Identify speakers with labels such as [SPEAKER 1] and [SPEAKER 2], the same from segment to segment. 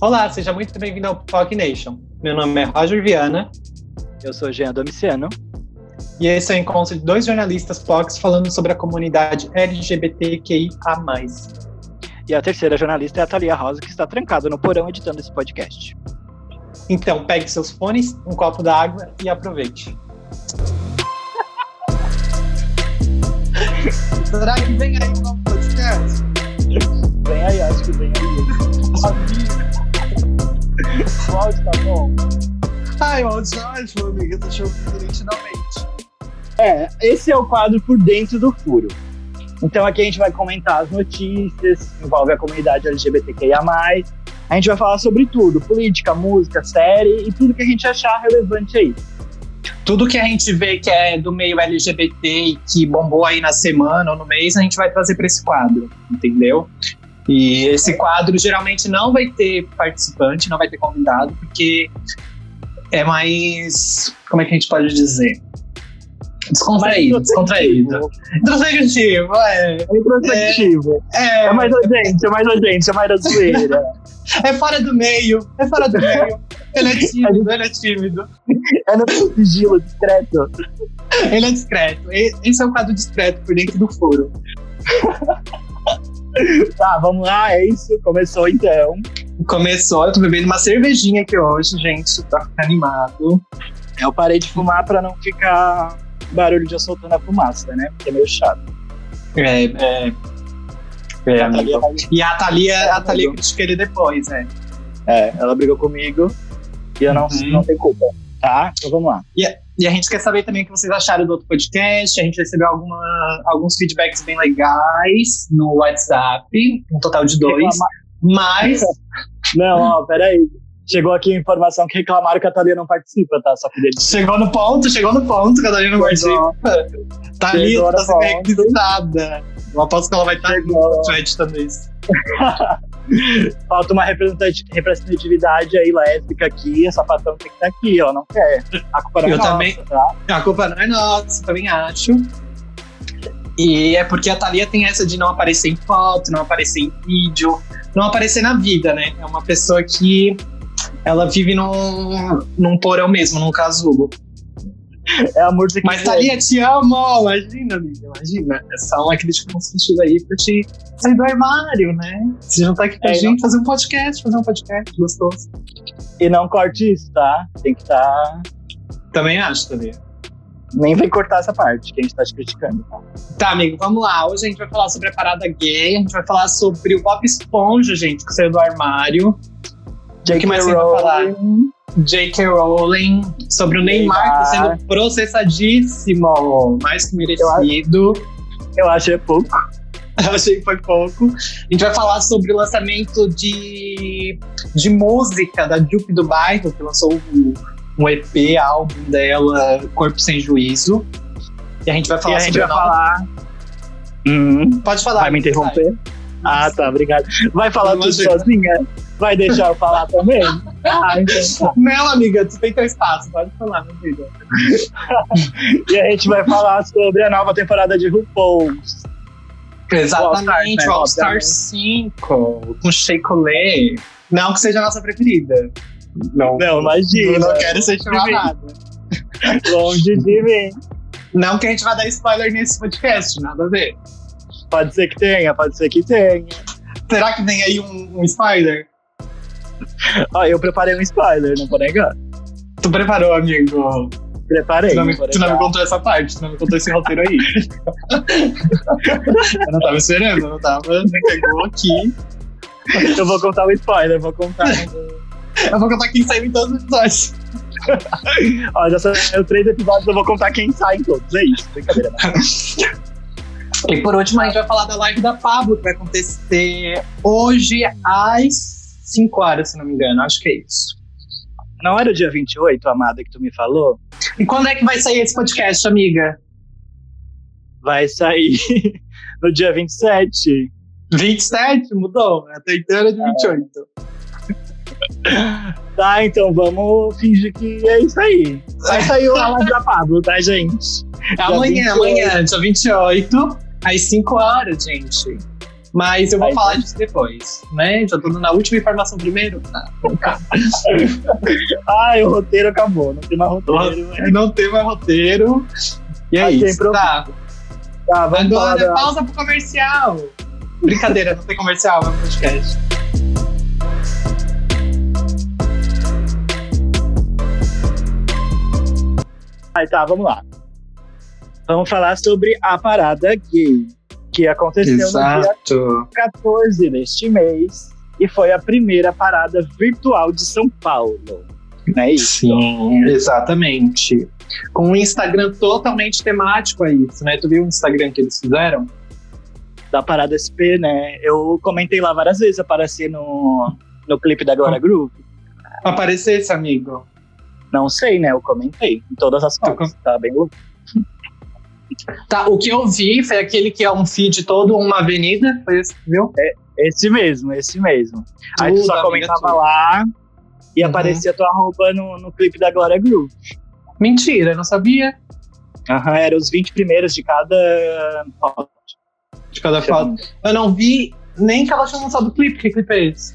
[SPEAKER 1] Olá, seja muito bem-vindo ao Talk Nation. Meu nome é Roger Viana
[SPEAKER 2] Eu sou Jean Domiciano.
[SPEAKER 1] e esse é o encontro de dois jornalistas POCs falando sobre a comunidade LGBTQIA.
[SPEAKER 2] E a terceira jornalista é a Thalia Rosa, que está trancada no porão editando esse podcast.
[SPEAKER 1] Então, pegue seus fones, um copo d'água e aproveite. Será que vem aí um novo podcast?
[SPEAKER 2] Vem aí, acho que vem aí. O áudio tá bom?
[SPEAKER 1] Ai, o áudio é ótimo, amiga. Tô te ouvindo originalmente.
[SPEAKER 2] É, esse é o quadro Por Dentro do Furo. Então aqui a gente vai comentar as notícias, que envolve a comunidade LGBTQIA+. A gente vai falar sobre tudo, política, música, série e tudo que a gente achar relevante aí.
[SPEAKER 1] Tudo que a gente vê que é do meio LGBT e que bombou aí na semana ou no mês, a gente vai trazer para esse quadro, entendeu? E esse quadro geralmente não vai ter participante, não vai ter convidado, porque é mais. Como é que a gente pode dizer? Descontraído, descontraído. Introspectivo, é.
[SPEAKER 2] Introspectivo.
[SPEAKER 1] É,
[SPEAKER 2] É, mais a gente, é mais a gente, é mais a zoeira.
[SPEAKER 1] é fora do meio, é fora do meio. Ele é tímido, ele é tímido.
[SPEAKER 2] é no sigilo discreto.
[SPEAKER 1] Ele é discreto. E- Esse é o quadro discreto por dentro do furo.
[SPEAKER 2] Tá, vamos lá, é isso. Começou então.
[SPEAKER 1] Começou, eu tô bebendo uma cervejinha aqui hoje, gente, pra ficar animado.
[SPEAKER 2] Eu parei de fumar pra não ficar barulho de eu soltando a fumaça, né? Porque é meio chato.
[SPEAKER 1] É, é. É,
[SPEAKER 2] A Thalia
[SPEAKER 1] amigo.
[SPEAKER 2] vai-
[SPEAKER 1] E a Thalia, a Thalia
[SPEAKER 2] amigo.
[SPEAKER 1] critica ele depois, é.
[SPEAKER 2] é, ela brigou comigo e eu não,
[SPEAKER 1] Uhum.
[SPEAKER 2] não tenho culpa. Tá? Então vamos lá.
[SPEAKER 1] E a gente quer saber também o que vocês acharam do outro podcast. A gente recebeu alguma- alguns feedbacks bem legais no WhatsApp, um total de dois.
[SPEAKER 2] Reclamar-
[SPEAKER 1] Mas
[SPEAKER 2] Não, ó, peraí. Chegou aqui a informação que reclamaram que a Thalia não participa, tá? Só que dele.
[SPEAKER 1] chegou no ponto, chegou no ponto, Catarina Martins. Tá ali,
[SPEAKER 2] Chegou
[SPEAKER 1] tá
[SPEAKER 2] no
[SPEAKER 1] sendo
[SPEAKER 2] ponto.
[SPEAKER 1] requisitada. Eu aposto que ela vai estar no chat também. é.
[SPEAKER 2] Falta uma representati- representatividade aí lésbica aqui. A sapatão tem que estar aqui, ó. Não quer. A culpa não é
[SPEAKER 1] Eu
[SPEAKER 2] nossa,
[SPEAKER 1] também-
[SPEAKER 2] Tá?
[SPEAKER 1] A culpa não é nossa, também acho. E é porque a Thalia tem essa de não aparecer em foto, não aparecer em vídeo, não aparecer na vida, né? É uma pessoa que ela vive num, num porão mesmo, num casulo.
[SPEAKER 2] É amor de
[SPEAKER 1] Mas Thalia, te amo! Imagina, amiga, imagina. É só uma crítica construtiva aí pra te sair do armário, né? Você não tá aqui com a
[SPEAKER 2] É,
[SPEAKER 1] gente, fazer um podcast, fazer um podcast gostoso.
[SPEAKER 2] E não corte isso, tá? Tem que estar.
[SPEAKER 1] Também acho, Thalia.
[SPEAKER 2] Nem vem cortar essa parte que a gente tá te criticando.
[SPEAKER 1] Tá, amigo, vamos lá. Hoje a gente vai falar sobre a parada gay, a gente vai falar sobre o Bob Esponja, gente, que saiu do armário,
[SPEAKER 2] Jake
[SPEAKER 1] que mais você vai falar? J.K. Rowling, sobre o Neymar, que tá
[SPEAKER 2] Neymar.
[SPEAKER 1] sendo processadíssimo, mais que merecido.
[SPEAKER 2] Eu acho é pouco.
[SPEAKER 1] Eu achei que foi pouco. A gente vai falar sobre o lançamento de, de música da Jupe do Bairro, que lançou um, um EP, álbum dela, Corpo Sem Juízo. E a gente vai falar
[SPEAKER 2] e a gente
[SPEAKER 1] sobre
[SPEAKER 2] vai
[SPEAKER 1] a nova-
[SPEAKER 2] falar. Hum,
[SPEAKER 1] Pode falar.
[SPEAKER 2] vai me interromper? Ah, tá, obrigado. Vai falar tudo
[SPEAKER 1] Imagina.
[SPEAKER 2] sozinha? Vai deixar eu falar também? Ah, então tá.
[SPEAKER 1] Não, amiga, tu tem teu espaço, pode falar, meu filho.
[SPEAKER 2] E a gente vai falar sobre a nova temporada de RuPaul's.
[SPEAKER 1] Exatamente, o All
[SPEAKER 2] All-Star, né?
[SPEAKER 1] Star 5, com Sheikolê. Não que seja a nossa preferida. Não,
[SPEAKER 2] Não, imagina.
[SPEAKER 1] Eu não quero ser chamada. nada.
[SPEAKER 2] Longe de mim.
[SPEAKER 1] Não que a gente vá dar spoiler nesse podcast, nada a ver.
[SPEAKER 2] Pode ser que tenha, pode ser que tenha.
[SPEAKER 1] Será que vem aí um, um spoiler?
[SPEAKER 2] Ó, eu preparei um spoiler, não vou negar.
[SPEAKER 1] Tu preparou, amigo?
[SPEAKER 2] Preparei.
[SPEAKER 1] Tu não, me,
[SPEAKER 2] vou
[SPEAKER 1] tu não me
[SPEAKER 2] negar.
[SPEAKER 1] contou essa parte, tu não me contou esse roteiro aí. eu não tava esperando, eu não tava. Me pegou aqui.
[SPEAKER 2] Eu vou contar um spoiler, vou contar.
[SPEAKER 1] Eu vou contar quem saiu em todos os episódios.
[SPEAKER 2] Ó, já saiu três episódios, eu vou contar quem sai em todos. É isso, brincadeira.
[SPEAKER 1] E por último, a gente vai falar da live da Pablo, que vai acontecer hoje às 5 horas, se não me engano. Acho que é isso.
[SPEAKER 2] Não era o dia 28, amada, que tu me falou?
[SPEAKER 1] E quando é que vai sair esse podcast, amiga?
[SPEAKER 2] Vai sair no dia 27.
[SPEAKER 1] 27? Mudou. Até então era de 28.
[SPEAKER 2] Tá, então vamos fingir que é isso aí. Vai sair o Alan da Pablo, tá, gente?
[SPEAKER 1] É amanhã,
[SPEAKER 2] 28.
[SPEAKER 1] amanhã, dia 28, às 5 horas, gente. Mas eu vou
[SPEAKER 2] Aí,
[SPEAKER 1] falar disso depois, né? Já tô dando a última informação primeiro. Tá.
[SPEAKER 2] Ai, o roteiro acabou, não tem mais roteiro. é.
[SPEAKER 1] né? Não tem mais roteiro. E é
[SPEAKER 2] Mas tem
[SPEAKER 1] isso,
[SPEAKER 2] problema.
[SPEAKER 1] tá?
[SPEAKER 2] Tá, vamos falar
[SPEAKER 1] Agora,
[SPEAKER 2] da...
[SPEAKER 1] pausa pro comercial. Brincadeira, não tem comercial, é um podcast.
[SPEAKER 2] Ai, tá, vamos lá. Vamos falar sobre a parada gay, que aconteceu no dia 14 deste mês e foi a primeira parada virtual de São Paulo. Não é isso?
[SPEAKER 1] Sim, exatamente. Com um Instagram totalmente temático a isso, né? Tu viu o Instagram que eles fizeram?
[SPEAKER 2] Da parada SP, né? Eu comentei lá várias vezes, apareci no, no clipe da Glória Groove.
[SPEAKER 1] Apareceu esse amigo.
[SPEAKER 2] Não sei, né? Eu comentei em todas as
[SPEAKER 1] Tá
[SPEAKER 2] fotos, tá bem louco.
[SPEAKER 1] Tá, o que eu vi foi aquele que é um feed todo, uma avenida, foi esse, viu?
[SPEAKER 2] Esse mesmo, esse mesmo. É, Aí tu
[SPEAKER 1] Tudo,
[SPEAKER 2] só
[SPEAKER 1] amiga,
[SPEAKER 2] comentava
[SPEAKER 1] tudo.
[SPEAKER 2] lá e
[SPEAKER 1] Uhum.
[SPEAKER 2] aparecia tua roupa no, no clipe da Glória Groove.
[SPEAKER 1] Mentira, eu não sabia
[SPEAKER 2] Aham, eram os 20 primeiros de cada foto.
[SPEAKER 1] de cada foto. Eu não vi nem que ela tinha lançado o clipe, que clipe é esse?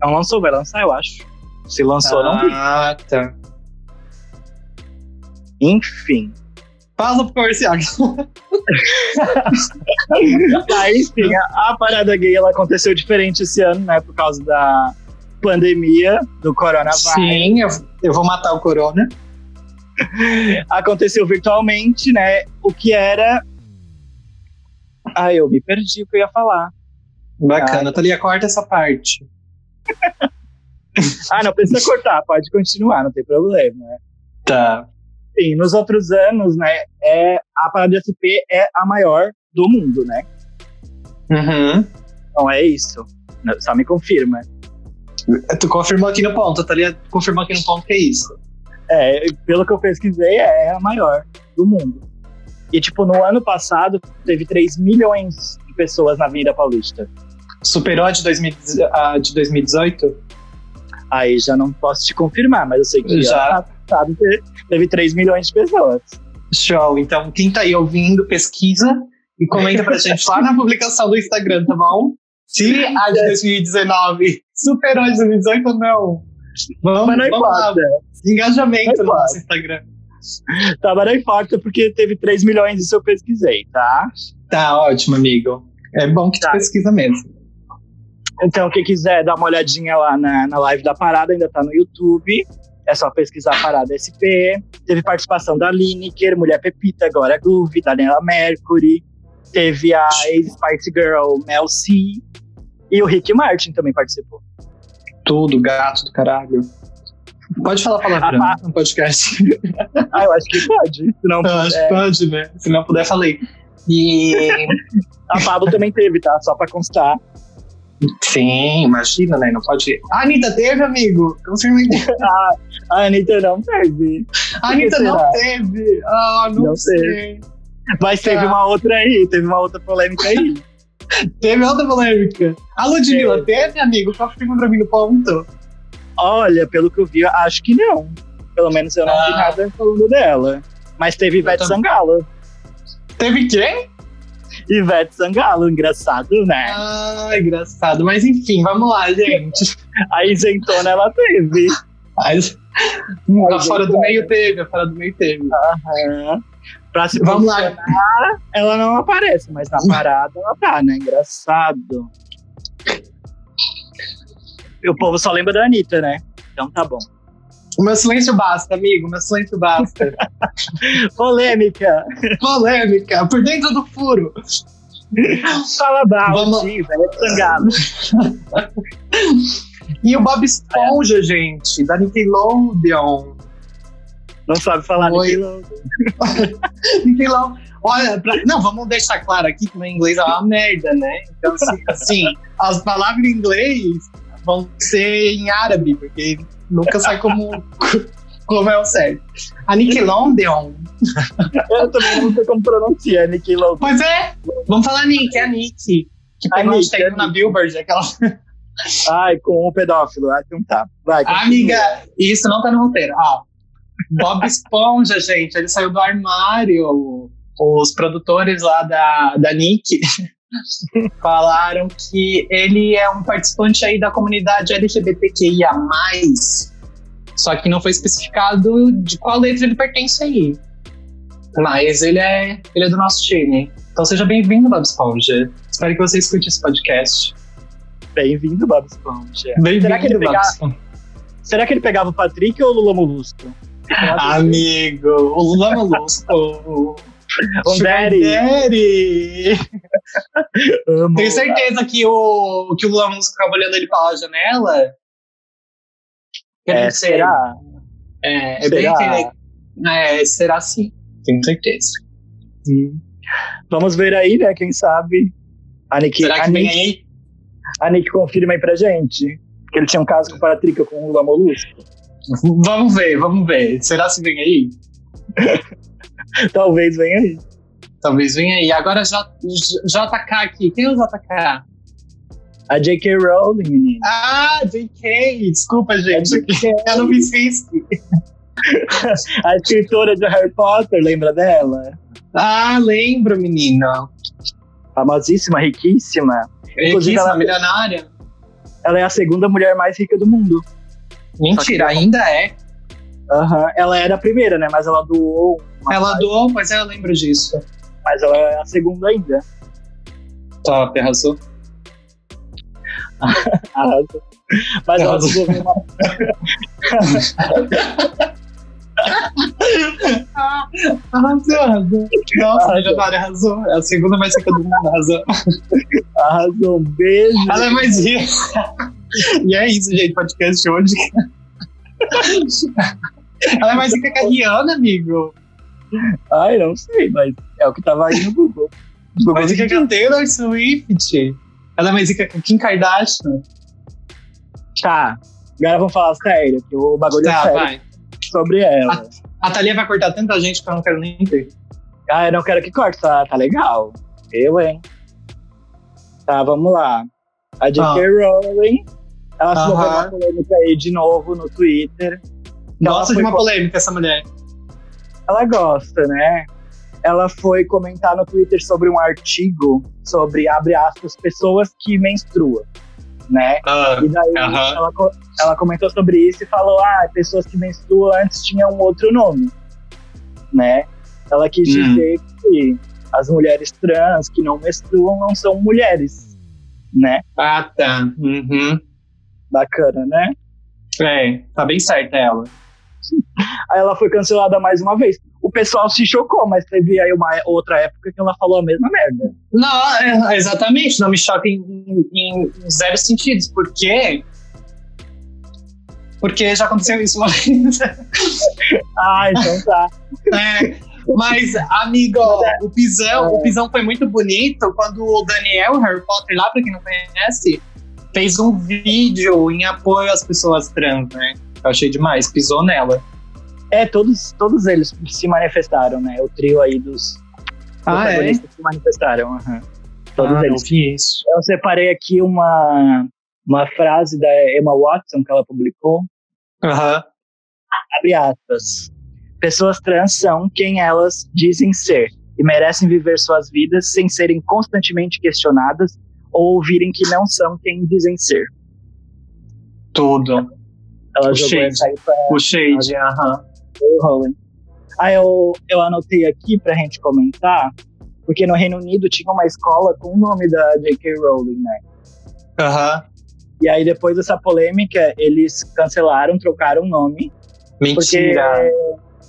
[SPEAKER 2] Não lançou, vai lançar, eu acho. Se lançou, não vi.
[SPEAKER 1] Ah, tá.
[SPEAKER 2] Enfim.
[SPEAKER 1] Pausa pro comercial.
[SPEAKER 2] Aí, enfim, a, a parada gay ela aconteceu diferente esse ano, né? Por causa da pandemia do coronavírus.
[SPEAKER 1] Sim, eu, eu vou matar o corona.
[SPEAKER 2] Aconteceu virtualmente, né? O que era. Ai, eu me perdi o que eu ia falar.
[SPEAKER 1] Bacana, Thalia, corta essa parte.
[SPEAKER 2] Ah, não precisa cortar, pode continuar, não tem problema.
[SPEAKER 1] Tá.
[SPEAKER 2] Sim, nos outros anos, né? É, a parada SP é a maior do mundo, né?
[SPEAKER 1] Uhum.
[SPEAKER 2] Não é isso. Só me confirma.
[SPEAKER 1] É, Tu confirmou aqui no ponto, a Thalia confirmou aqui no ponto que é isso.
[SPEAKER 2] É, pelo que eu pesquisei, é a maior do mundo. E, tipo, no ano passado, teve 3 milhões de pessoas na Avenida Paulista.
[SPEAKER 1] Superou a de, 2010 a de 2018?
[SPEAKER 2] Aí já não posso te confirmar, mas eu sei que
[SPEAKER 1] Já.
[SPEAKER 2] ano passado te- teve 3 milhões de pessoas.
[SPEAKER 1] Show. Então, quem tá aí ouvindo, pesquisa e comenta pra gente lá na publicação do Instagram, tá bom? Se a de 2019 superou a de 2018 ou não. Vamos,
[SPEAKER 2] Mas não
[SPEAKER 1] vamos lá.
[SPEAKER 2] importa.
[SPEAKER 1] Engajamento
[SPEAKER 2] Não
[SPEAKER 1] no
[SPEAKER 2] importa.
[SPEAKER 1] nosso Instagram.
[SPEAKER 2] Tá, mas não importa, porque teve 3 milhões, isso eu pesquisei, tá?
[SPEAKER 1] Tá ótimo, amigo. É bom que tu
[SPEAKER 2] Tá.
[SPEAKER 1] pesquisa mesmo.
[SPEAKER 2] Então, quem quiser dar uma olhadinha lá na, na live da parada, ainda tá no YouTube. É só pesquisar a parada SP. Teve participação da Lineker, Mulher Pepita, Glória Groove, Daniela Mercury. Teve a ex-Spice Girl Mel C. E o Rick Martin também participou.
[SPEAKER 1] Tudo, gato do caralho. Pode falar palavrão
[SPEAKER 2] Ah,
[SPEAKER 1] no podcast.
[SPEAKER 2] Ah, eu acho que pode. Senão,
[SPEAKER 1] Eu acho que pode, né? Se não puder, falei. E.
[SPEAKER 2] a Pablo também teve, tá? Só pra constar.
[SPEAKER 1] Sim, imagina, né? Não pode. A Anitta teve, amigo? Confirma aí.
[SPEAKER 2] A Anitta não teve.
[SPEAKER 1] A Anitta
[SPEAKER 2] será?
[SPEAKER 1] não teve. Ah, não,
[SPEAKER 2] Não
[SPEAKER 1] sei.
[SPEAKER 2] Mas teve
[SPEAKER 1] Tá.
[SPEAKER 2] uma outra aí, teve uma outra polêmica aí.
[SPEAKER 1] Teve outra polêmica. A Ludmilla teve, amigo? Confirma pra mim no ponto.
[SPEAKER 2] Olha, pelo que eu vi, acho que não. Pelo menos eu não vi
[SPEAKER 1] Ah.
[SPEAKER 2] nada falando dela. Mas teve Ivete
[SPEAKER 1] também.
[SPEAKER 2] Sangalo.
[SPEAKER 1] Teve quem?
[SPEAKER 2] Ivete Sangalo, engraçado, né?
[SPEAKER 1] Ah, engraçado. Mas enfim, vamos lá, gente.
[SPEAKER 2] A isentona ela teve. é,
[SPEAKER 1] Mas-
[SPEAKER 2] Ai,
[SPEAKER 1] A Tá fora
[SPEAKER 2] gente,
[SPEAKER 1] do meio teve, a fora do meio teve.
[SPEAKER 2] aham. é. Pra se
[SPEAKER 1] Vamos lá.
[SPEAKER 2] posicionar, ela não aparece, mas na parada ela tá, né? Engraçado. E o povo só lembra da Anitta, né? Então tá bom.
[SPEAKER 1] O meu silêncio basta, amigo. Meu silêncio basta.
[SPEAKER 2] Polêmica.
[SPEAKER 1] Polêmica, por dentro do furo.
[SPEAKER 2] Fala
[SPEAKER 1] Vamos-
[SPEAKER 2] balde, Ivete Sangalo.
[SPEAKER 1] E o Bob Esponja, gente, da Nickelodeon.
[SPEAKER 2] Não sabe falar
[SPEAKER 1] Oi.
[SPEAKER 2] daquilo.
[SPEAKER 1] Nickelodeon. Olha, pra- não, vamos deixar claro aqui que meu inglês é uma merda, né? Então, assim, assim, as palavras em inglês vão ser em árabe, porque nunca sai como, como é o certo. A Nickelodeon.
[SPEAKER 2] Eu também não sei como pronuncia, Nickelodeon.
[SPEAKER 1] Pois é, vamos falar Nick, é a Nick. Que
[SPEAKER 2] A
[SPEAKER 1] pegou a
[SPEAKER 2] Nick,
[SPEAKER 1] hashtag
[SPEAKER 2] é a
[SPEAKER 1] na
[SPEAKER 2] Nick.
[SPEAKER 1] Billboard, aquela.
[SPEAKER 2] Ai, com o pedófilo. Ah, então tá. Vai, continua.
[SPEAKER 1] Amiga, isso não tá no roteiro. Ó, Bob Esponja, gente, ele saiu do armário. Os produtores lá da, da Nick falaram que ele é um participante aí da comunidade LGBTQIA+, só que não foi especificado de qual letra ele pertence aí. Mas ele é, ele é do nosso time. Então seja bem-vindo, Bob Esponja. Espero que você escute esse podcast.
[SPEAKER 2] Bem-vindo, Bob Esponja.
[SPEAKER 1] Bem-vindo,
[SPEAKER 2] Será que ele
[SPEAKER 1] Bob
[SPEAKER 2] pega-
[SPEAKER 1] Esponja.
[SPEAKER 2] Será que ele pegava o Patrick ou o Lula Molusco?
[SPEAKER 1] Amigo, o Lula Molusco.
[SPEAKER 2] O Daddy.
[SPEAKER 1] Daddy.
[SPEAKER 2] Amo.
[SPEAKER 1] Tenho certeza que o, que o Lula Molusco ficava olhando ele pela janela. Eu
[SPEAKER 2] É,
[SPEAKER 1] não sei.
[SPEAKER 2] será?
[SPEAKER 1] É, é
[SPEAKER 2] Será?
[SPEAKER 1] bem que. É, será sim. Tenho certeza.
[SPEAKER 2] Hum. Vamos ver aí, né? Quem sabe? A Nick,
[SPEAKER 1] será
[SPEAKER 2] a
[SPEAKER 1] que vem
[SPEAKER 2] Nick,
[SPEAKER 1] aí?
[SPEAKER 2] a Nick confirma aí pra gente. Porque ele tinha um caso com o Patrick ou com o Lula Molusco.
[SPEAKER 1] Vamos ver, vamos ver. Será se vem aí?
[SPEAKER 2] Talvez venha aí.
[SPEAKER 1] Talvez venha aí. Agora J- J- JK aqui. Quem é o JK?
[SPEAKER 2] A J.K. Rowling, menina.
[SPEAKER 1] Ah, JK. Desculpa,
[SPEAKER 2] É
[SPEAKER 1] gente.
[SPEAKER 2] JK.
[SPEAKER 1] Eu não me esqueci.
[SPEAKER 2] A escritora de Harry Potter, lembra dela?
[SPEAKER 1] Ah, lembro, menina.
[SPEAKER 2] Famosíssima, riquíssima. Inclusive,
[SPEAKER 1] Riquíssima,
[SPEAKER 2] ela-
[SPEAKER 1] milionária.
[SPEAKER 2] Ela é a segunda mulher mais rica do mundo.
[SPEAKER 1] Mentira, ainda é.
[SPEAKER 2] Aham. Ela era a primeira, né? Mas ela doou. uma
[SPEAKER 1] Ela doou, mas eu lembro disso.
[SPEAKER 2] Mas ela é a segunda ainda. Tá,
[SPEAKER 1] Top, arrasou.
[SPEAKER 2] Arrasou. Mas ela
[SPEAKER 1] Arrasou.
[SPEAKER 2] desenvolveu uma.
[SPEAKER 1] Arrasou, arrasou. Nossa, a
[SPEAKER 2] Arrasou.
[SPEAKER 1] Janara arrasou. É a segunda mais rica do mundo, arrasou.
[SPEAKER 2] Arrasou. Um beijo.
[SPEAKER 1] Ela é mais rica. E é isso, gente, podcast de hoje. Ela é mais rica que a Rihanna, amigo.
[SPEAKER 2] Ai, não sei, mas é o que tava aí no Google. O Google
[SPEAKER 1] Mais rica que
[SPEAKER 2] diz.
[SPEAKER 1] a Taylor Swift. Ela é mais rica que a Kim Kardashian.
[SPEAKER 2] Tá. Agora vamos falar sério, que o bagulho é
[SPEAKER 1] Tá,
[SPEAKER 2] sério
[SPEAKER 1] vai.
[SPEAKER 2] sobre ela.
[SPEAKER 1] A Thalia vai cortar tanta gente que eu não quero nem ver.
[SPEAKER 2] Ah, eu não quero que corte, tá, tá legal. Eu, hein? Tá, vamos lá. A J.K. Rowling, ela se envolveu
[SPEAKER 1] Ah. Aham.
[SPEAKER 2] numa polêmica aí de novo no Twitter. Ela
[SPEAKER 1] Gosta de
[SPEAKER 2] foi
[SPEAKER 1] uma
[SPEAKER 2] co-
[SPEAKER 1] polêmica essa mulher.
[SPEAKER 2] Ela gosta, né? Ela foi comentar no Twitter sobre um artigo sobre, abre aspas, pessoas que menstruam, né?
[SPEAKER 1] Ah,
[SPEAKER 2] E daí
[SPEAKER 1] Aham.
[SPEAKER 2] ela, co- ela comentou sobre isso e falou: ah, pessoas que menstruam antes tinham um outro nome, né? Ela quis
[SPEAKER 1] Hum.
[SPEAKER 2] dizer que as mulheres trans que não menstruam não são mulheres, né?
[SPEAKER 1] ah, tá. Uhum.
[SPEAKER 2] Bacana, né?
[SPEAKER 1] É, tá bem certa ela.
[SPEAKER 2] Aí ela foi cancelada mais uma vez. O pessoal se chocou, mas teve aí uma outra época que ela falou a mesma merda.
[SPEAKER 1] Não, é, exatamente, não me choca em, em- em zero sentidos, porque. Porque já aconteceu isso uma vez.
[SPEAKER 2] Ah, então tá.
[SPEAKER 1] né? Mas, amigo, o pisão,
[SPEAKER 2] É.
[SPEAKER 1] o pisão foi muito bonito quando o Daniel Harry Potter, lá pra quem não conhece, fez um vídeo em apoio às pessoas trans, né? Eu achei demais, pisou nela.
[SPEAKER 2] É, todos, todos eles se manifestaram, né? O trio aí dos protagonistas se manifestaram. aham. Todos
[SPEAKER 1] é? Ah, eu
[SPEAKER 2] eles.
[SPEAKER 1] vi isso.
[SPEAKER 2] Ah, é? Eu separei aqui uma, uma frase da Emma Watson que ela publicou.
[SPEAKER 1] Aham.
[SPEAKER 2] Abre aspas. Pessoas trans são quem elas dizem ser e merecem viver suas vidas sem serem constantemente questionadas ou ouvirem que não são quem dizem ser.
[SPEAKER 1] Tudo.
[SPEAKER 2] Ela
[SPEAKER 1] O
[SPEAKER 2] jogou
[SPEAKER 1] shade.
[SPEAKER 2] essa aí pra
[SPEAKER 1] O shade, aham.
[SPEAKER 2] o Rowling. Aí Ah, eu, eu anotei aqui pra gente comentar, porque no Reino Unido tinha uma escola com o nome da J.K. Rowling, né?
[SPEAKER 1] Aham.
[SPEAKER 2] E aí depois dessa polêmica, eles cancelaram, trocaram o nome Porque,
[SPEAKER 1] Mentira.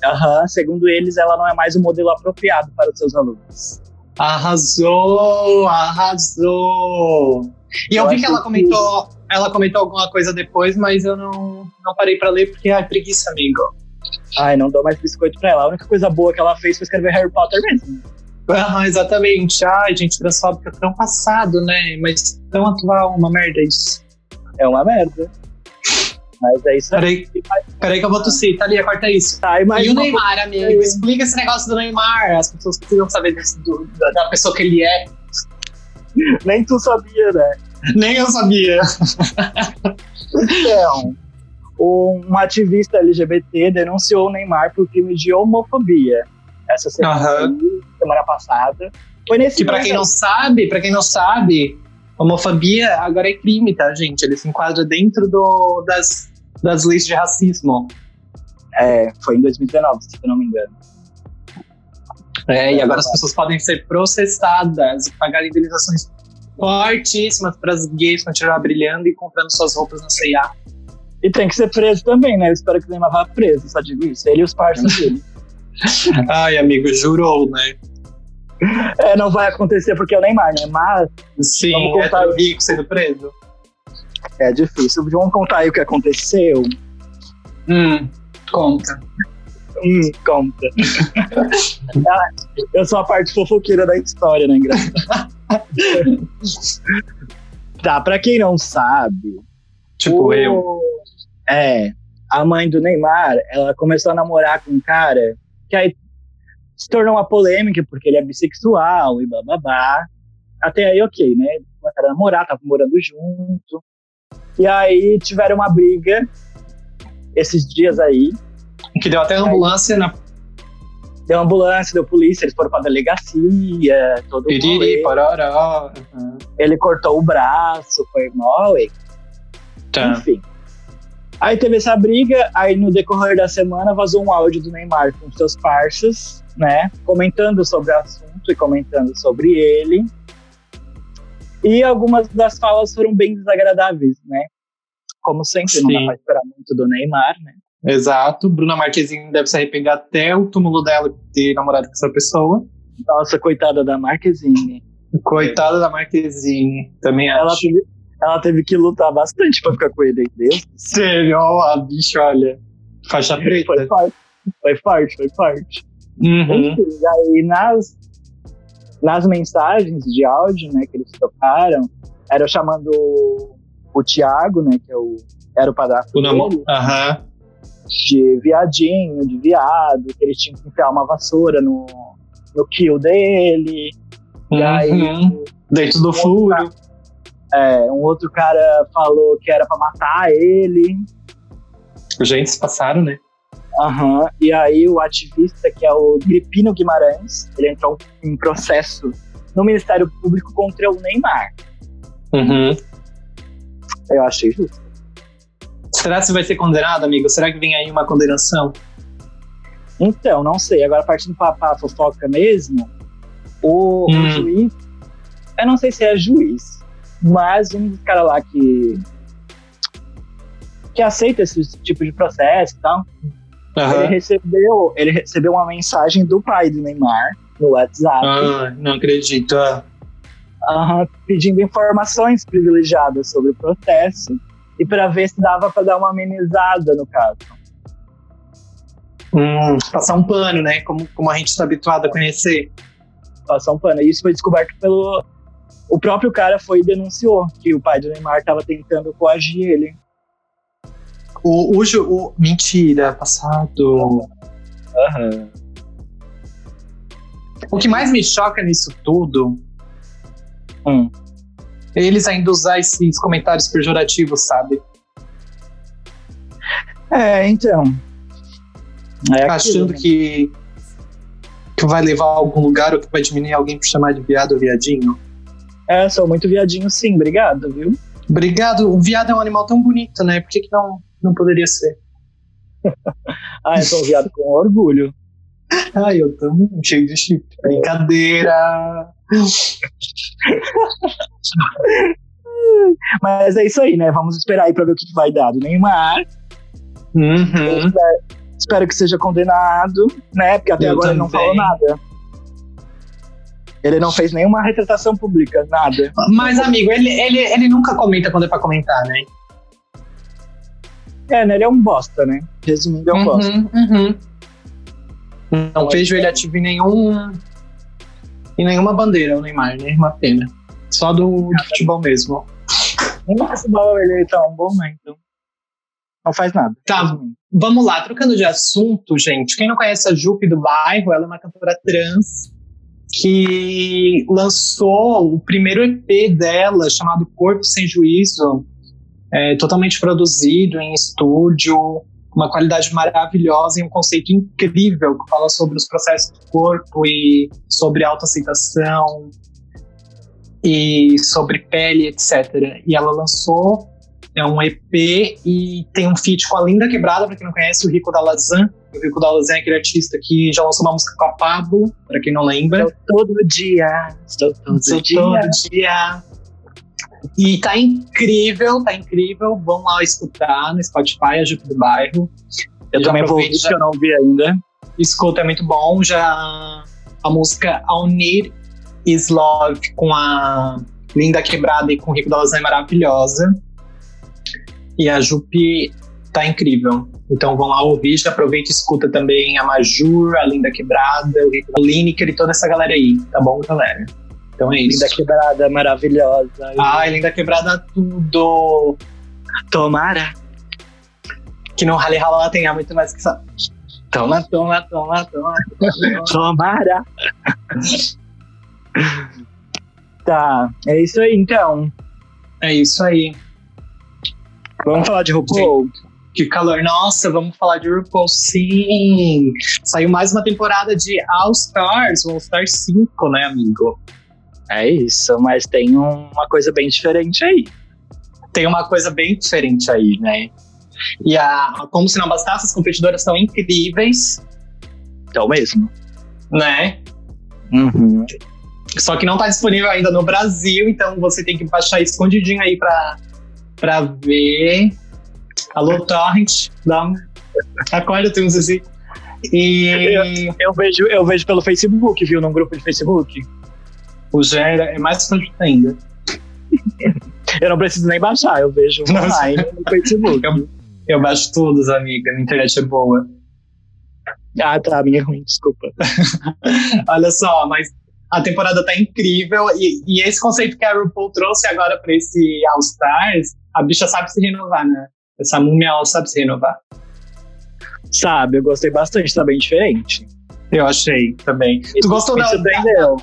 [SPEAKER 2] aham, segundo eles, ela não é mais o modelo apropriado para os seus alunos.
[SPEAKER 1] Arrasou, arrasou. E eu,
[SPEAKER 2] Eu
[SPEAKER 1] vi que
[SPEAKER 2] acho
[SPEAKER 1] ela comentou, ela comentou alguma coisa depois, mas eu não, não parei pra ler porque é preguiça, amigo.
[SPEAKER 2] Ai, não dou mais biscoito pra ela. A única coisa boa que ela fez foi escrever Harry Potter mesmo.
[SPEAKER 1] Aham, Ah, exatamente. Ai, gente, transfóbica tão passado, né? Mas tão atual, uma merda isso.
[SPEAKER 2] É uma merda. Mas é isso aí.
[SPEAKER 1] Peraí, peraí que eu vou tossir. Thalia, corta isso.
[SPEAKER 2] Tá, e mais
[SPEAKER 1] e o
[SPEAKER 2] uma
[SPEAKER 1] Neymar, amigo?
[SPEAKER 2] aí.
[SPEAKER 1] Explica esse negócio do Neymar. As pessoas precisam saber desse- do- da, da pessoa que ele é.
[SPEAKER 2] coisa- Nem tu sabia, né?
[SPEAKER 1] Nem eu sabia.
[SPEAKER 2] Então, um ativista LGBT denunciou o Neymar por crime de homofobia. Essa semana,
[SPEAKER 1] Aham.
[SPEAKER 2] aí, semana passada. Foi nesse
[SPEAKER 1] Que pra
[SPEAKER 2] mês
[SPEAKER 1] quem
[SPEAKER 2] aí.
[SPEAKER 1] não sabe, para quem não sabe, homofobia agora é crime, tá, gente? Ele se enquadra dentro do, das, das leis de racismo.
[SPEAKER 2] É, foi em 2019, se eu não me engano.
[SPEAKER 1] É, e agora as pessoas podem ser processadas e pagar indenizações fortíssimas para as gays continuar brilhando e comprando suas roupas na C&A.
[SPEAKER 2] E tem que ser preso também, né? Eu espero que o Neymar vá preso, só digo isso. Ele e os parceiros dele.
[SPEAKER 1] Ai, amigo, jurou, né?
[SPEAKER 2] É, não vai acontecer porque é o Neymar, né? Mas
[SPEAKER 1] Sim,
[SPEAKER 2] Vamos
[SPEAKER 1] é
[SPEAKER 2] contar.
[SPEAKER 1] tão rico sendo preso.
[SPEAKER 2] é difícil. Vamos contar aí o que aconteceu.
[SPEAKER 1] Hum, conta.
[SPEAKER 2] Hum, conta. Ah, Eu sou a parte fofoqueira da história, né? Engraçado. tá, pra quem não sabe,
[SPEAKER 1] Tipo
[SPEAKER 2] o-
[SPEAKER 1] eu.
[SPEAKER 2] É. A mãe do Neymar, ela começou a namorar com um cara que aí se tornou uma polêmica porque ele é bissexual e bababá. Até aí, ok, né? Começaram a namorar, estavam morando junto. E aí tiveram uma briga esses dias aí.
[SPEAKER 1] Que deu até ambulância na
[SPEAKER 2] Deu ambulância, deu polícia, eles foram pra delegacia, todo
[SPEAKER 1] piriri,
[SPEAKER 2] mundo.
[SPEAKER 1] pororó. Uhum.
[SPEAKER 2] Ele cortou o braço, foi mal, e
[SPEAKER 1] Tá.
[SPEAKER 2] Enfim. Aí teve essa briga, aí no decorrer da semana vazou um áudio do Neymar com seus parças, né? Comentando sobre o assunto e comentando sobre ele. E algumas das falas foram bem desagradáveis, né? Como sempre, não dá
[SPEAKER 1] Sim.
[SPEAKER 2] pra esperar muito do Neymar, né?
[SPEAKER 1] Exato. Bruna Marquezine deve se arrepender até o túmulo dela ter namorado com essa pessoa.
[SPEAKER 2] Nossa, coitada da Marquezine.
[SPEAKER 1] Coitada da Marquezine. Também
[SPEAKER 2] Ela
[SPEAKER 1] acho.
[SPEAKER 2] teve, ela teve que lutar bastante pra ficar com ele, entendeu?
[SPEAKER 1] Sério, ó, a bicha, olha. Faixa
[SPEAKER 2] Foi
[SPEAKER 1] preta.
[SPEAKER 2] forte, foi forte, foi forte.
[SPEAKER 1] Tá. Uhum.
[SPEAKER 2] Enfim, e aí nas, nas mensagens de áudio, né, que eles tocaram, era eu chamando o, o Thiago, né, que é o, era o padrasto
[SPEAKER 1] O
[SPEAKER 2] dele,
[SPEAKER 1] namoro. Aham.
[SPEAKER 2] de viadinho, de viado, que ele tinha que enfiar uma vassoura no, no kill dele, e aí um
[SPEAKER 1] Uhum. Dentro do furo.
[SPEAKER 2] é, um outro cara falou que era pra matar ele,
[SPEAKER 1] Gente, se passaram, né?
[SPEAKER 2] Aham. E aí o ativista, que é o Gripino Guimarães, ele entrou em processo no Ministério Público contra o Neymar.
[SPEAKER 1] Uhum.
[SPEAKER 2] Eu achei justo.
[SPEAKER 1] Será que você vai ser condenado, amigo? Será que vem aí uma condenação?
[SPEAKER 2] Então, não sei. Agora, partindo pra, pra fofoca mesmo, o, o
[SPEAKER 1] Hum.
[SPEAKER 2] juiz. Eu não sei se é juiz, mas um dos caras lá que. que aceita esse tipo de processo e tal. Ele,
[SPEAKER 1] Aham.
[SPEAKER 2] recebeu, ele recebeu uma mensagem do pai do Neymar no WhatsApp,
[SPEAKER 1] Ah, não acredito. Ah.
[SPEAKER 2] aham, pedindo informações privilegiadas sobre o processo e para ver se dava para dar uma amenizada no caso.
[SPEAKER 1] Hum, passar um pano, né? Como, como a gente está habituado a conhecer.
[SPEAKER 2] passar um pano. E isso foi descoberto pelo. O próprio cara foi e denunciou que o pai do Neymar estava tentando coagir ele.
[SPEAKER 1] O, o, ju- o- mentira, passado. O que mais me choca nisso tudo,
[SPEAKER 2] Hum.
[SPEAKER 1] é eles ainda usar esses comentários pejorativos, sabe?
[SPEAKER 2] É, então. É aquilo,
[SPEAKER 1] Achando
[SPEAKER 2] né?
[SPEAKER 1] que, que vai levar a algum lugar ou que vai diminuir alguém por chamar de viado ou viadinho.
[SPEAKER 2] É, sou muito viadinho, sim, obrigado, viu?
[SPEAKER 1] Obrigado. O viado é um animal tão bonito, né? Por que, que não, não poderia ser?
[SPEAKER 2] Ah, eu sou um viado com orgulho.
[SPEAKER 1] Ai, eu também cheio de chifre. Brincadeira.
[SPEAKER 2] Mas é isso aí, né? Vamos esperar aí pra ver o que que vai dar do Neymar.
[SPEAKER 1] Uhum.
[SPEAKER 2] Espero que seja condenado, né? Porque até
[SPEAKER 1] Eu
[SPEAKER 2] agora ele não falou
[SPEAKER 1] também.
[SPEAKER 2] nada. Ele não fez nenhuma retratação pública, nada.
[SPEAKER 1] Mas, amigo, ele, ele, ele nunca comenta quando é pra comentar, né?
[SPEAKER 2] É, né? Ele é um bosta, né? Resumindo, é um bosta.
[SPEAKER 1] Uhum, uhum. Então, Não
[SPEAKER 2] Pode
[SPEAKER 1] vejo
[SPEAKER 2] ser.
[SPEAKER 1] ele ativo em nenhum. Em nenhuma bandeira, o Neymar, né? Uma pena. Só do, do futebol mesmo.
[SPEAKER 2] Nem no futebol ele tá um bom, né? Então. Não faz nada.
[SPEAKER 1] Tá, vamos lá, trocando de assunto, gente. Quem não conhece a Jupe do bairro, ela é uma cantora trans que lançou o primeiro EP dela, chamado Corpo Sem Juízo, é, totalmente produzido em estúdio, uma qualidade maravilhosa e um conceito incrível que fala sobre os processos do corpo e sobre autoaceitação e sobre pele, etc. E ela lançou é um EP e tem um feat com a Linda Quebrada, para quem não conhece, o Rico da Lazan. O Rico da Lazan é aquele artista que já lançou uma música com a Pablo, para quem não lembra.
[SPEAKER 2] Estou todo dia, estou todo
[SPEAKER 1] Lançou
[SPEAKER 2] dia.
[SPEAKER 1] todo dia. E tá incrível, tá incrível. Vão lá escutar no Spotify, a Jupe do Bairro.
[SPEAKER 2] Eu
[SPEAKER 1] Já
[SPEAKER 2] também vou
[SPEAKER 1] aproveita.
[SPEAKER 2] ouvir, que eu não ouvi ainda.
[SPEAKER 1] Escuta, é muito bom. Já a música All Need Is Love com a Linda Quebrada e com o Rico da Lasanha é maravilhosa. E a Jupi tá incrível. Então vão lá ouvir, já aproveita e escuta também a Majur, a Linda Quebrada, o Rico da Lineker e toda essa galera aí, tá bom, galera? Então é isso.
[SPEAKER 2] Linda quebrada, maravilhosa.
[SPEAKER 1] Ai, Linda Ah, Quebrada tudo!
[SPEAKER 2] Tomara.
[SPEAKER 1] Que no Rally Rala tem muito mais que essa. Toma, toma, toma, toma. toma.
[SPEAKER 2] Tomara. tá, é isso aí então.
[SPEAKER 1] É isso aí.
[SPEAKER 2] Vamos falar de RuPaul.
[SPEAKER 1] Que calor. Nossa, vamos falar de RuPaul, sim! Saiu mais uma temporada de All Stars, o All Star 5, né, amigo?
[SPEAKER 2] É isso, mas tem uma coisa bem diferente aí.
[SPEAKER 1] Tem uma coisa bem diferente aí, né? E a, como se não bastasse, as competidoras são incríveis,
[SPEAKER 2] Então mesmo.
[SPEAKER 1] né?
[SPEAKER 2] Uhum.
[SPEAKER 1] Só que não tá disponível ainda no Brasil, então você tem que baixar escondidinho aí pra, pra ver. Alô, Torrent, dá um... acorda, temos assim. E
[SPEAKER 2] Eu vejo, eu vejo pelo Facebook, viu? Num grupo de Facebook.
[SPEAKER 1] o Gera é mais forte ainda.
[SPEAKER 2] Eu não preciso nem baixar, eu vejo
[SPEAKER 1] Nossa.
[SPEAKER 2] online no Facebook.
[SPEAKER 1] Eu, eu baixo todos, amiga. Minha internet é boa.
[SPEAKER 2] Ah, tá, a minha é ruim, desculpa.
[SPEAKER 1] Olha só, mas a temporada tá incrível. E, e esse conceito que a RuPaul trouxe agora pra esse All Stars, a bicha sabe se renovar, né? Essa múmia, ela sabe se renovar.
[SPEAKER 2] Sabe, eu gostei bastante, tá bem diferente.
[SPEAKER 1] Eu achei também. Tu gostou da...
[SPEAKER 2] Isso
[SPEAKER 1] da-
[SPEAKER 2] Entendeu?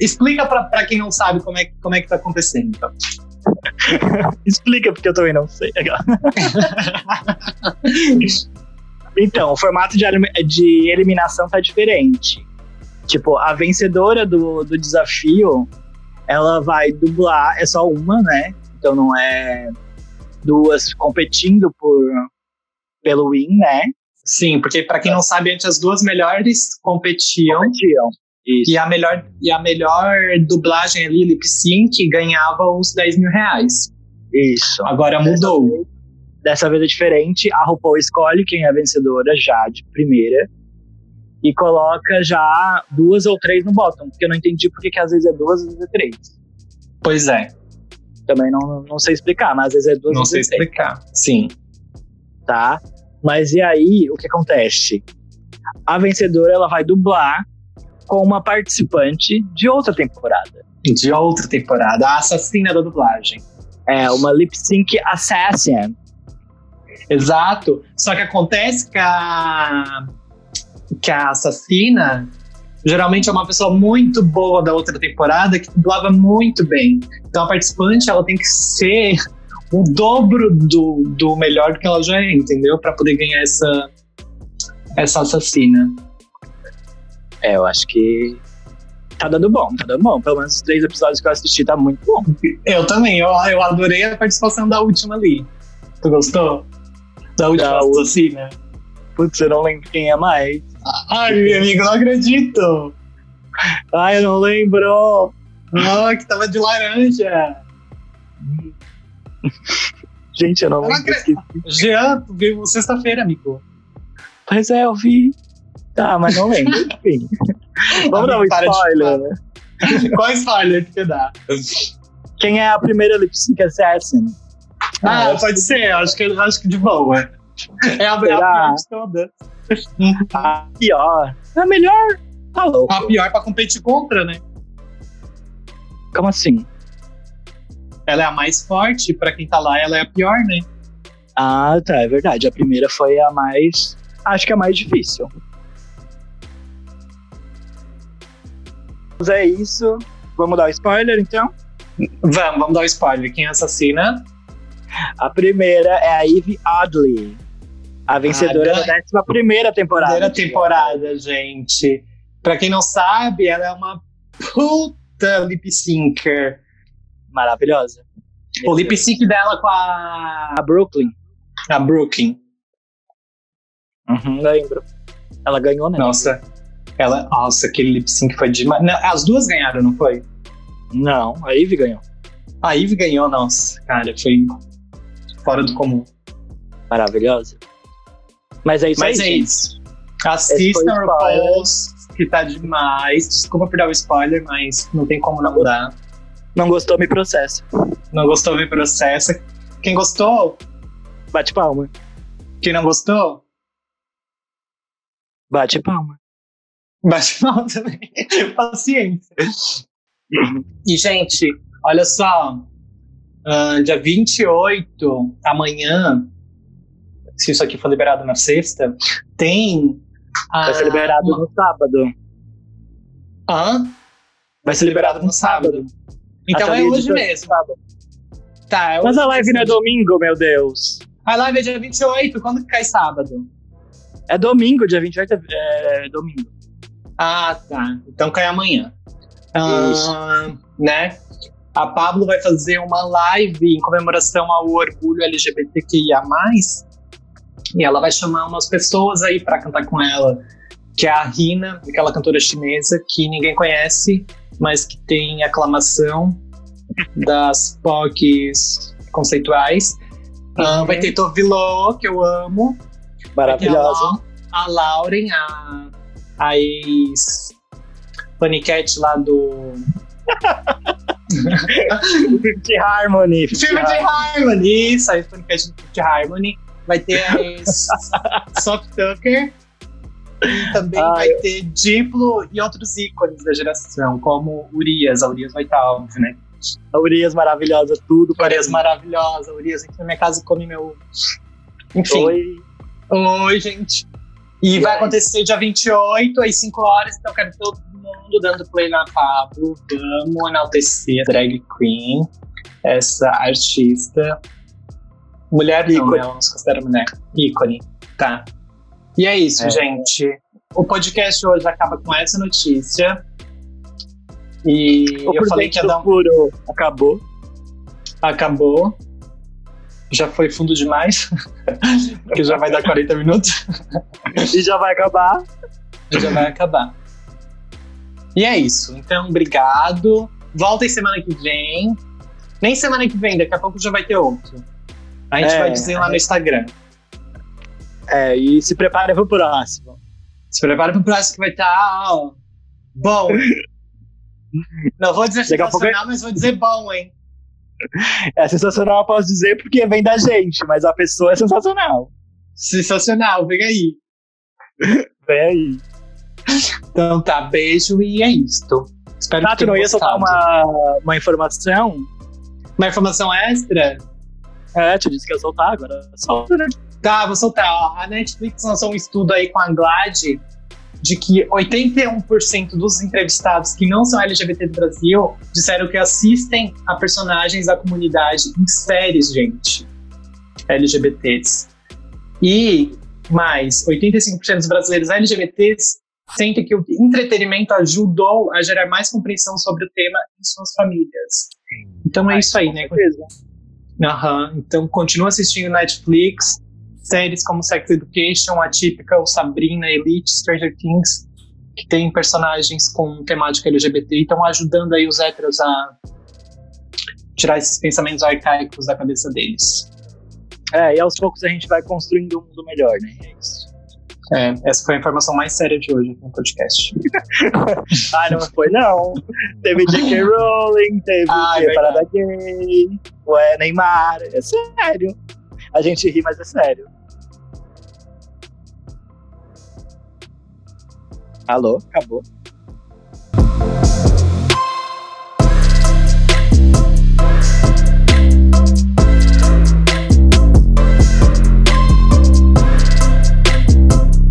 [SPEAKER 1] Explica pra, pra quem não sabe como é, que- como é que tá acontecendo. então.
[SPEAKER 2] Explica, porque eu também não sei. é então, o formato de, alimi- de eliminação tá diferente. Tipo, a vencedora do, do desafio, ela vai dublar, é só uma, né? Então não é duas competindo por, pelo win, né?
[SPEAKER 1] Sim, porque pra quem não sabe, antes as duas melhores competiam.
[SPEAKER 2] Competiam. Isso.
[SPEAKER 1] E a melhor, e a melhor dublagem ali, Lip Sync, ganhava os 10 mil reais.
[SPEAKER 2] Isso.
[SPEAKER 1] Agora mudou.
[SPEAKER 2] Dessa vez é diferente. A RuPaul escolhe quem é a vencedora já de primeira e coloca já duas ou três no bottom, porque eu não entendi porque que às vezes é duas, às vezes é três.
[SPEAKER 1] Pois é,
[SPEAKER 2] Também não, não sei explicar, mas às vezes é duas,
[SPEAKER 1] não
[SPEAKER 2] às
[SPEAKER 1] sei
[SPEAKER 2] vezes é três,
[SPEAKER 1] explicar. Sim.
[SPEAKER 2] tá? Mas e aí, o que acontece? A vencedora ela vai dublar com uma participante de outra temporada.
[SPEAKER 1] De outra temporada, a assassina da dublagem.
[SPEAKER 2] É uma lip sync assassin.
[SPEAKER 1] Exato. Só que acontece que a, que a assassina geralmente é uma pessoa muito boa da outra temporada que dublava muito bem. Então a participante ela tem que ser o dobro do, do melhor que ela já é, entendeu? Pra poder ganhar essa, essa assassina.
[SPEAKER 2] É, eu acho que tá dando bom, tá dando bom. Pelo menos os três episódios que eu assisti tá muito bom.
[SPEAKER 1] Eu também, eu, eu adorei a participação da última ali. Tu gostou? Da última
[SPEAKER 2] Da última.
[SPEAKER 1] assassina?
[SPEAKER 2] Putz, eu não lembro quem é mais.
[SPEAKER 1] Ai, meu amigo, não acredito!
[SPEAKER 2] Ai, eu não lembro.
[SPEAKER 1] Ah, que tava de laranja!
[SPEAKER 2] Gente, eu não
[SPEAKER 1] Eu não
[SPEAKER 2] lembro. Esqueci.
[SPEAKER 1] Jean, tu viu sexta-feira, amigo.
[SPEAKER 2] Pois é, eu vi. Tá, mas não lembro. Enfim. Vamos dar um
[SPEAKER 1] Amigo, para de
[SPEAKER 2] spoiler. né?
[SPEAKER 1] Qual spoiler que você dá?
[SPEAKER 2] Quem é a primeira lip sync assassin?
[SPEAKER 1] Ah,
[SPEAKER 2] Ah,
[SPEAKER 1] pode ser, acho que, acho que de boa. É a, é a
[SPEAKER 2] Será?
[SPEAKER 1] pior de toda.
[SPEAKER 2] A pior. Ah, A melhor? Tá louco.
[SPEAKER 1] A pior pra competir contra, né?
[SPEAKER 2] Como assim?
[SPEAKER 1] Ela é a mais forte, pra quem tá lá, ela é a pior, né?
[SPEAKER 2] Ah, tá, é verdade. A primeira foi a mais. Acho que a mais difícil. Mas é isso. Vamos dar o spoiler então?
[SPEAKER 1] Vamos, vamos dar um o é spoiler. Quem assassina?
[SPEAKER 2] A primeira é a Eve Adley. A vencedora
[SPEAKER 1] Ah,
[SPEAKER 2] da décima primeira temporada.
[SPEAKER 1] Primeira temporada, gente. Pra quem não sabe, ela é uma puta lip syncer.
[SPEAKER 2] Maravilhosa.
[SPEAKER 1] O Tipo, lip sync dela com a,
[SPEAKER 2] A Brooklyn.
[SPEAKER 1] a Brooklyn.
[SPEAKER 2] Uhum, lembro. Ela ganhou, né?
[SPEAKER 1] Nossa. Ela, nossa, aquele lip sync foi demais. Não, as duas ganharam, não foi?
[SPEAKER 2] Não, a Ivy ganhou.
[SPEAKER 1] A Ivy ganhou, nossa. Cara, foi fora do comum.
[SPEAKER 2] Maravilhosa. Mas é isso
[SPEAKER 1] Mas
[SPEAKER 2] aí.
[SPEAKER 1] é
[SPEAKER 2] gente.
[SPEAKER 1] isso. Assistam
[SPEAKER 2] Esse foi o spoiler.
[SPEAKER 1] RuPaul's, que tá demais. Desculpa por dar o spoiler, mas não tem como não mudar.
[SPEAKER 2] Não gostou, me processa.
[SPEAKER 1] Não gostou, me processa. Quem gostou?
[SPEAKER 2] Bate palma.
[SPEAKER 1] Quem não gostou?
[SPEAKER 2] Bate palma.
[SPEAKER 1] Bate mal também. Paciência. E, gente, olha só. ah, dia 28, amanhã, se isso aqui for liberado na sexta, tem. a-
[SPEAKER 2] Vai ser liberado
[SPEAKER 1] uma-
[SPEAKER 2] no sábado.
[SPEAKER 1] Hã?
[SPEAKER 2] Vai ser liberado no sábado.
[SPEAKER 1] Então é
[SPEAKER 2] Ateliê de
[SPEAKER 1] hoje
[SPEAKER 2] todos.
[SPEAKER 1] mesmo. Tá, é
[SPEAKER 2] Mas
[SPEAKER 1] hoje
[SPEAKER 2] a live não é domingo, meu Deus.
[SPEAKER 1] A live é dia 28, quando que cai sábado?
[SPEAKER 2] É domingo, dia 28 é, é domingo.
[SPEAKER 1] Ah, tá. Então cai amanhã. Ah, né? A Pablo vai fazer uma live em comemoração ao orgulho LGBTQIA. E ela vai chamar umas pessoas aí pra cantar com ela, que é a Rina, aquela cantora chinesa que ninguém conhece, mas que tem aclamação das POCs conceituais. Ah, vai ter Tovilô, que eu amo.
[SPEAKER 2] Maravilhosa.
[SPEAKER 1] A, Lau- a Lauren, a, a ex Paniquete lá do
[SPEAKER 2] Fifty Harmony. Fifty
[SPEAKER 1] filme de Harmony, isso, a ex Paniquete do filme de Harmony. Vai ter a ex Soft Tucker. E também
[SPEAKER 2] Ah,
[SPEAKER 1] vai ter Diplo e outros ícones da geração, como Urias. A Urias vai estar, óbvio, né?
[SPEAKER 2] A Urias maravilhosa, tudo.
[SPEAKER 1] Urias maravilhosa, Urias entra na minha casa e come meu. Enfim.
[SPEAKER 2] Oi.
[SPEAKER 1] Oi, gente. E
[SPEAKER 2] E
[SPEAKER 1] vai
[SPEAKER 2] aí?
[SPEAKER 1] acontecer dia 28, às 5 horas, então quero todo mundo dando play na Pablo. Vamos enaltecer a drag queen, essa artista. Mulher ícone. não,
[SPEAKER 2] Ícone.
[SPEAKER 1] né? Eu não se considera mulher. Ícone. Tá. E é isso,
[SPEAKER 2] É.
[SPEAKER 1] gente. O podcast hoje acaba com essa notícia. E
[SPEAKER 2] O
[SPEAKER 1] eu falei que ia
[SPEAKER 2] presente
[SPEAKER 1] dar
[SPEAKER 2] do
[SPEAKER 1] um...
[SPEAKER 2] furo acabou.
[SPEAKER 1] Acabou. Já foi fundo demais. que já vai dar 40 minutos.
[SPEAKER 2] e já vai acabar.
[SPEAKER 1] já vai acabar. E é isso. Então, obrigado. Voltem semana que vem. Nem semana que vem, daqui a pouco já vai ter outro. A gente
[SPEAKER 2] É.
[SPEAKER 1] vai dizer lá no Instagram.
[SPEAKER 2] É, e se prepara pro próximo.
[SPEAKER 1] Se prepara pro próximo que vai estar. ó, bom. Não vou dizer
[SPEAKER 2] Daqui a pouco é-
[SPEAKER 1] sensacional, mas vou dizer bom, hein?
[SPEAKER 2] É sensacional, eu posso dizer, porque vem da gente, mas a pessoa é sensacional.
[SPEAKER 1] Sensacional, vem aí.
[SPEAKER 2] Vem aí.
[SPEAKER 1] Então tá, beijo e é isto. Espero
[SPEAKER 2] Tato,
[SPEAKER 1] que
[SPEAKER 2] Tá, não
[SPEAKER 1] tenham
[SPEAKER 2] ia soltar
[SPEAKER 1] gostado.
[SPEAKER 2] uma, uma informação?
[SPEAKER 1] uma informação extra?
[SPEAKER 2] É, tu disse que ia soltar agora. Solta, né?
[SPEAKER 1] Tá, vou soltar. ó. A Netflix lançou um estudo aí com a Glad de que 81% dos entrevistados que não são LGBT do Brasil disseram que assistem a personagens da comunidade em séries, gente. LGBTs. E mais, 85% dos brasileiros LGBTs sentem que o entretenimento ajudou a gerar mais compreensão sobre o tema em suas famílias. Então é isso aí, né?
[SPEAKER 2] Beleza.
[SPEAKER 1] Aham, então continua assistindo Netflix, séries como Sex Education, Atípica, o Sabrina, Elite, Stranger Things, que tem personagens com temática LGBT e estão ajudando aí os héteros a tirar esses pensamentos arcaicos da cabeça deles.
[SPEAKER 2] É, e aos poucos a gente vai construindo um mundo melhor, né? É isso.
[SPEAKER 1] É, essa foi a informação mais séria de hoje no podcast.
[SPEAKER 2] Ah, não foi não. Teve J.K. Rowling, teve
[SPEAKER 1] Ah, é
[SPEAKER 2] que Parada Gay, ué, Neymar. É sério. A gente ri, mas é sério. Alô? Acabou.